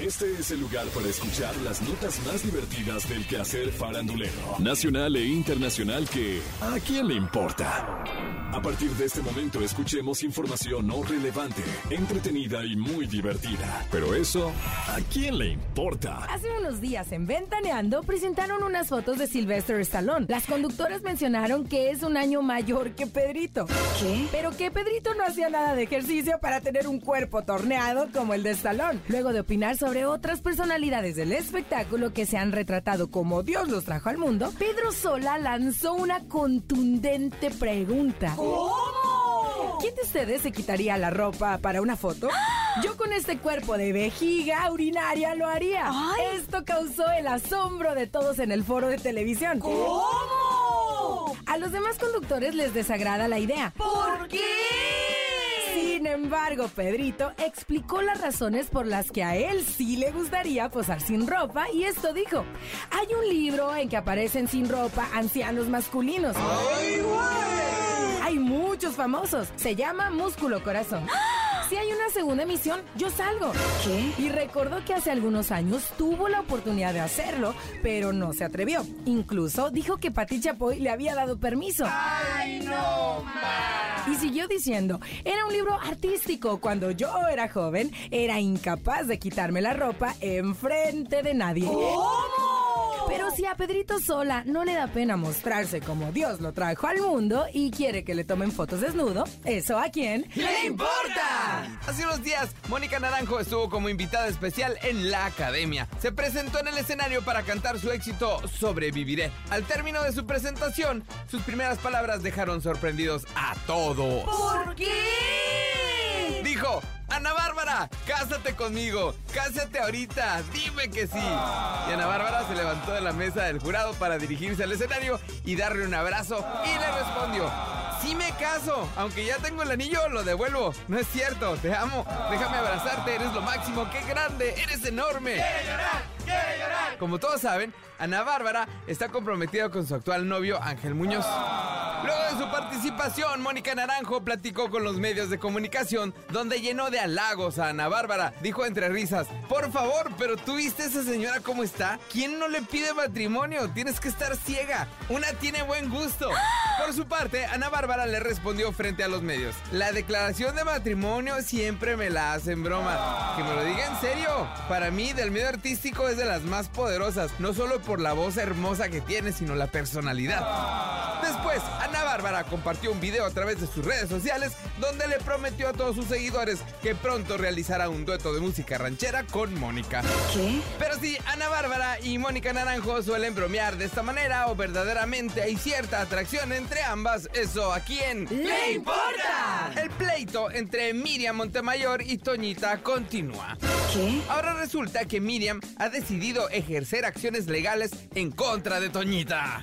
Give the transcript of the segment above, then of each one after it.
Este es el lugar para escuchar las notas más divertidas del quehacer farandulero, nacional e internacional que ¿a quién le importa? A partir de este momento escuchemos información no relevante, entretenida y muy divertida. Pero eso, ¿a quién le importa? Hace unos días en Ventaneando presentaron unas fotos de Sylvester Stallone. Las conductoras mencionaron que es un año mayor que Pedrito. ¿Qué? Pero que Pedrito no hacía nada de ejercicio para tener un cuerpo torneado como el de Stallone. Luego de opinar sobre otras personalidades del espectáculo que se han retratado como Dios los trajo al mundo, Pedro Sola lanzó una contundente pregunta. ¿Cómo? ¿Quién de ustedes se quitaría la ropa para una foto? Yo con este cuerpo de vejiga urinaria lo haría. Ay. Esto causó el asombro de todos en el foro de televisión. ¿Cómo? A los demás conductores les desagrada la idea. ¿Por qué? Sin embargo, Pedrito explicó las razones por las que a él sí le gustaría posar sin ropa y esto dijo, hay un libro en que aparecen sin ropa ancianos masculinos. Hay muchos famosos, se llama Músculo Corazón. Si hay una segunda emisión, yo salgo. ¿Qué? Y recordó que hace algunos años tuvo la oportunidad de hacerlo, pero no se atrevió. Incluso dijo que Pati Chapoy le había dado permiso. Y siguió diciendo, era un libro artístico. Cuando yo era joven, era incapaz de quitarme la ropa enfrente de nadie. ¿Cómo? Pero si a Pedrito Sola no le da pena mostrarse como Dios lo trajo al mundo y quiere que le tomen fotos desnudo, ¿eso a quién? ¡Le importa! Hace unos días, Mónica Naranjo estuvo como invitada especial en la academia. Se presentó en el escenario para cantar su éxito Sobreviviré. Al término de su presentación, sus primeras palabras dejaron sorprendidos a todos. ¿Por qué? Dijo, Ana Bárbara, cásate conmigo, cásate ahorita, dime que sí. Y Ana Bárbara se levantó de la mesa del jurado para dirigirse al escenario y darle un abrazo y le respondió, sí me caso, aunque ya tengo el anillo, lo devuelvo. No es cierto, te amo, déjame abrazarte, eres lo máximo, qué grande, eres enorme. Como todos saben, Ana Bárbara está comprometida con su actual novio Ángel Muñoz. Luego de su participación, Mónica Naranjo platicó con los medios de comunicación, donde llenó de halagos a Ana Bárbara. Dijo entre risas, por favor, pero tú viste a esa señora cómo está. ¿Quién no le pide matrimonio? Tienes que estar ciega. Una tiene buen gusto. Por su parte, Ana Bárbara le respondió frente a los medios. La declaración de matrimonio siempre me la hacen broma. Que me lo diga en serio. Para mí, del medio artístico es de las más poderosas, no solo por la voz hermosa que tiene, sino la personalidad. Después, Ana Bárbara compartió un video a través de sus redes sociales donde le prometió a todos sus seguidores que pronto realizará un dueto de música ranchera con Mónica. ¿Qué? Pero sí, Ana Bárbara y Mónica Naranjo suelen bromear de esta manera o verdaderamente hay cierta atracción entre ambas. ¿Eso a quién? ¡Le importa! El pleito entre Miriam Montemayor y Toñita continúa. ¿Qué? Ahora resulta que Miriam ha decidido ejercer acciones legales en contra de Toñita.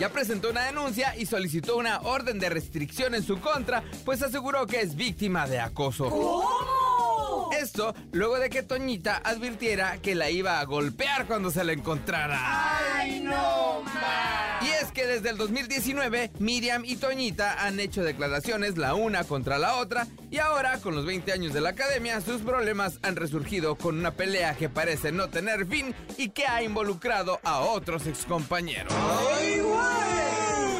Ya presentó una denuncia y solicitó una orden de restricción en su contra, pues aseguró que es víctima de acoso. ¿Cómo? Esto luego de que Toñita advirtiera que la iba a golpear cuando se la encontrara. ¡Ay, no más! Y es que desde el 2019, Miriam y Toñita han hecho declaraciones la una contra la otra y ahora, con los 20 años de la academia, sus problemas han resurgido con una pelea que parece no tener fin y que ha involucrado a otros excompañeros.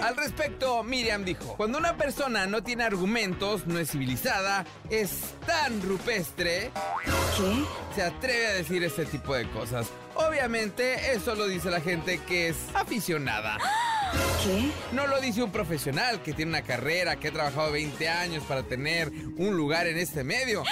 Al respecto, Miriam dijo, cuando una persona no tiene argumentos, no es civilizada, es tan rupestre, ¿Qué? se atreve a decir este tipo de cosas. Obviamente, eso lo dice la gente que es aficionada. ¿Qué? No lo dice un profesional que tiene una carrera, que ha trabajado 20 años para tener un lugar en este medio.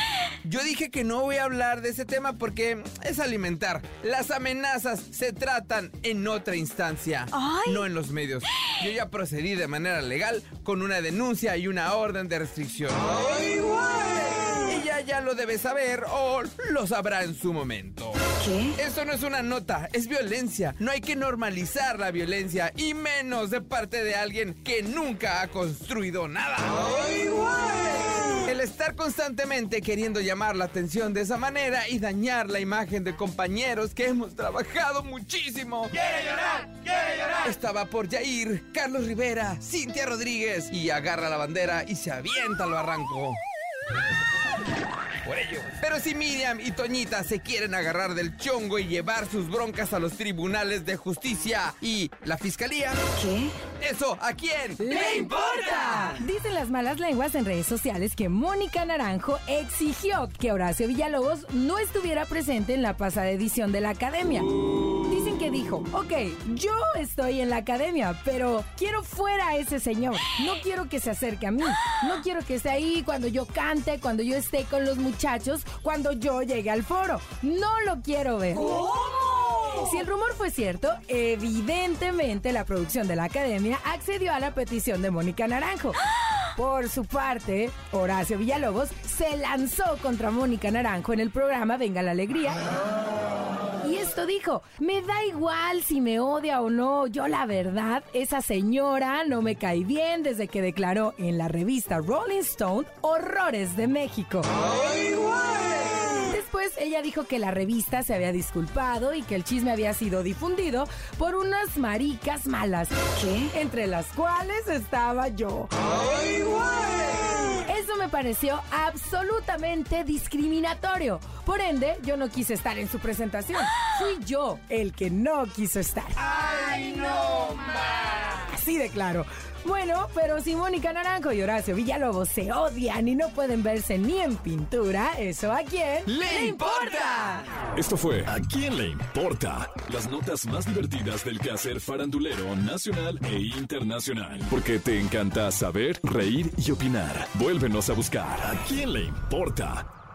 Yo dije que no voy a hablar de ese tema porque es alimentar. Las amenazas se tratan en otra instancia, Ay. no en los medios. Yo ya procedí de manera legal con una denuncia y una orden de restricción. Ella ya lo debe saber o lo sabrá en su momento. ¿Qué? Esto no es una nota, es violencia. No hay que normalizar la violencia y menos de parte de alguien que nunca ha construido nada. El estar constantemente queriendo llamar la atención de esa manera y dañar la imagen de compañeros que hemos trabajado muchísimo. Estaba por Jair, Carlos Rivera, Cintia Rodríguez y agarra la bandera y se avienta al barranco. por ello. Pero si Miriam y Toñita se quieren agarrar del chongo y llevar sus broncas a los tribunales de justicia y la fiscalía, ¿Qué? ¿eso a quién ¡Le importa! Dicen las malas lenguas en redes sociales que Mónica Naranjo exigió que Horacio Villalobos no estuviera presente en la pasada edición de la academia. Dicen que dijo, ok, yo estoy en la academia, pero quiero fuera a ese señor. No quiero que se acerque a mí. No quiero que esté ahí cuando yo cante, cuando yo esté con los muchachos, cuando yo llegue al foro. No lo quiero ver. Si el rumor fue cierto, evidentemente la producción de la academia accedió a la petición de Mónica Naranjo. Por su parte, Horacio Villalobos se lanzó contra Mónica Naranjo en el programa Venga la Alegría. Y esto dijo, me da igual si me odia o no, yo la verdad, esa señora no me cae bien desde que declaró en la revista Rolling Stone Horrores de México. Después ella dijo que la revista se había disculpado y que el chisme había sido difundido por unas maricas malas. ¿Qué? Entre las cuales estaba yo. Eso me pareció absolutamente discriminatorio. Por ende, yo no quise estar en su presentación. Fui yo el que no quiso estar. Así de claro. Bueno, pero si Mónica Naranjo y Horacio Villalobos se odian y no pueden verse ni en pintura, ¿eso a quién ¡Le importa! Esto fue ¿A quién le importa? Las notas más divertidas del quehacer farandulero nacional e internacional. Porque te encanta saber, reír y opinar. Vuélvenos a buscar ¿A quién le importa?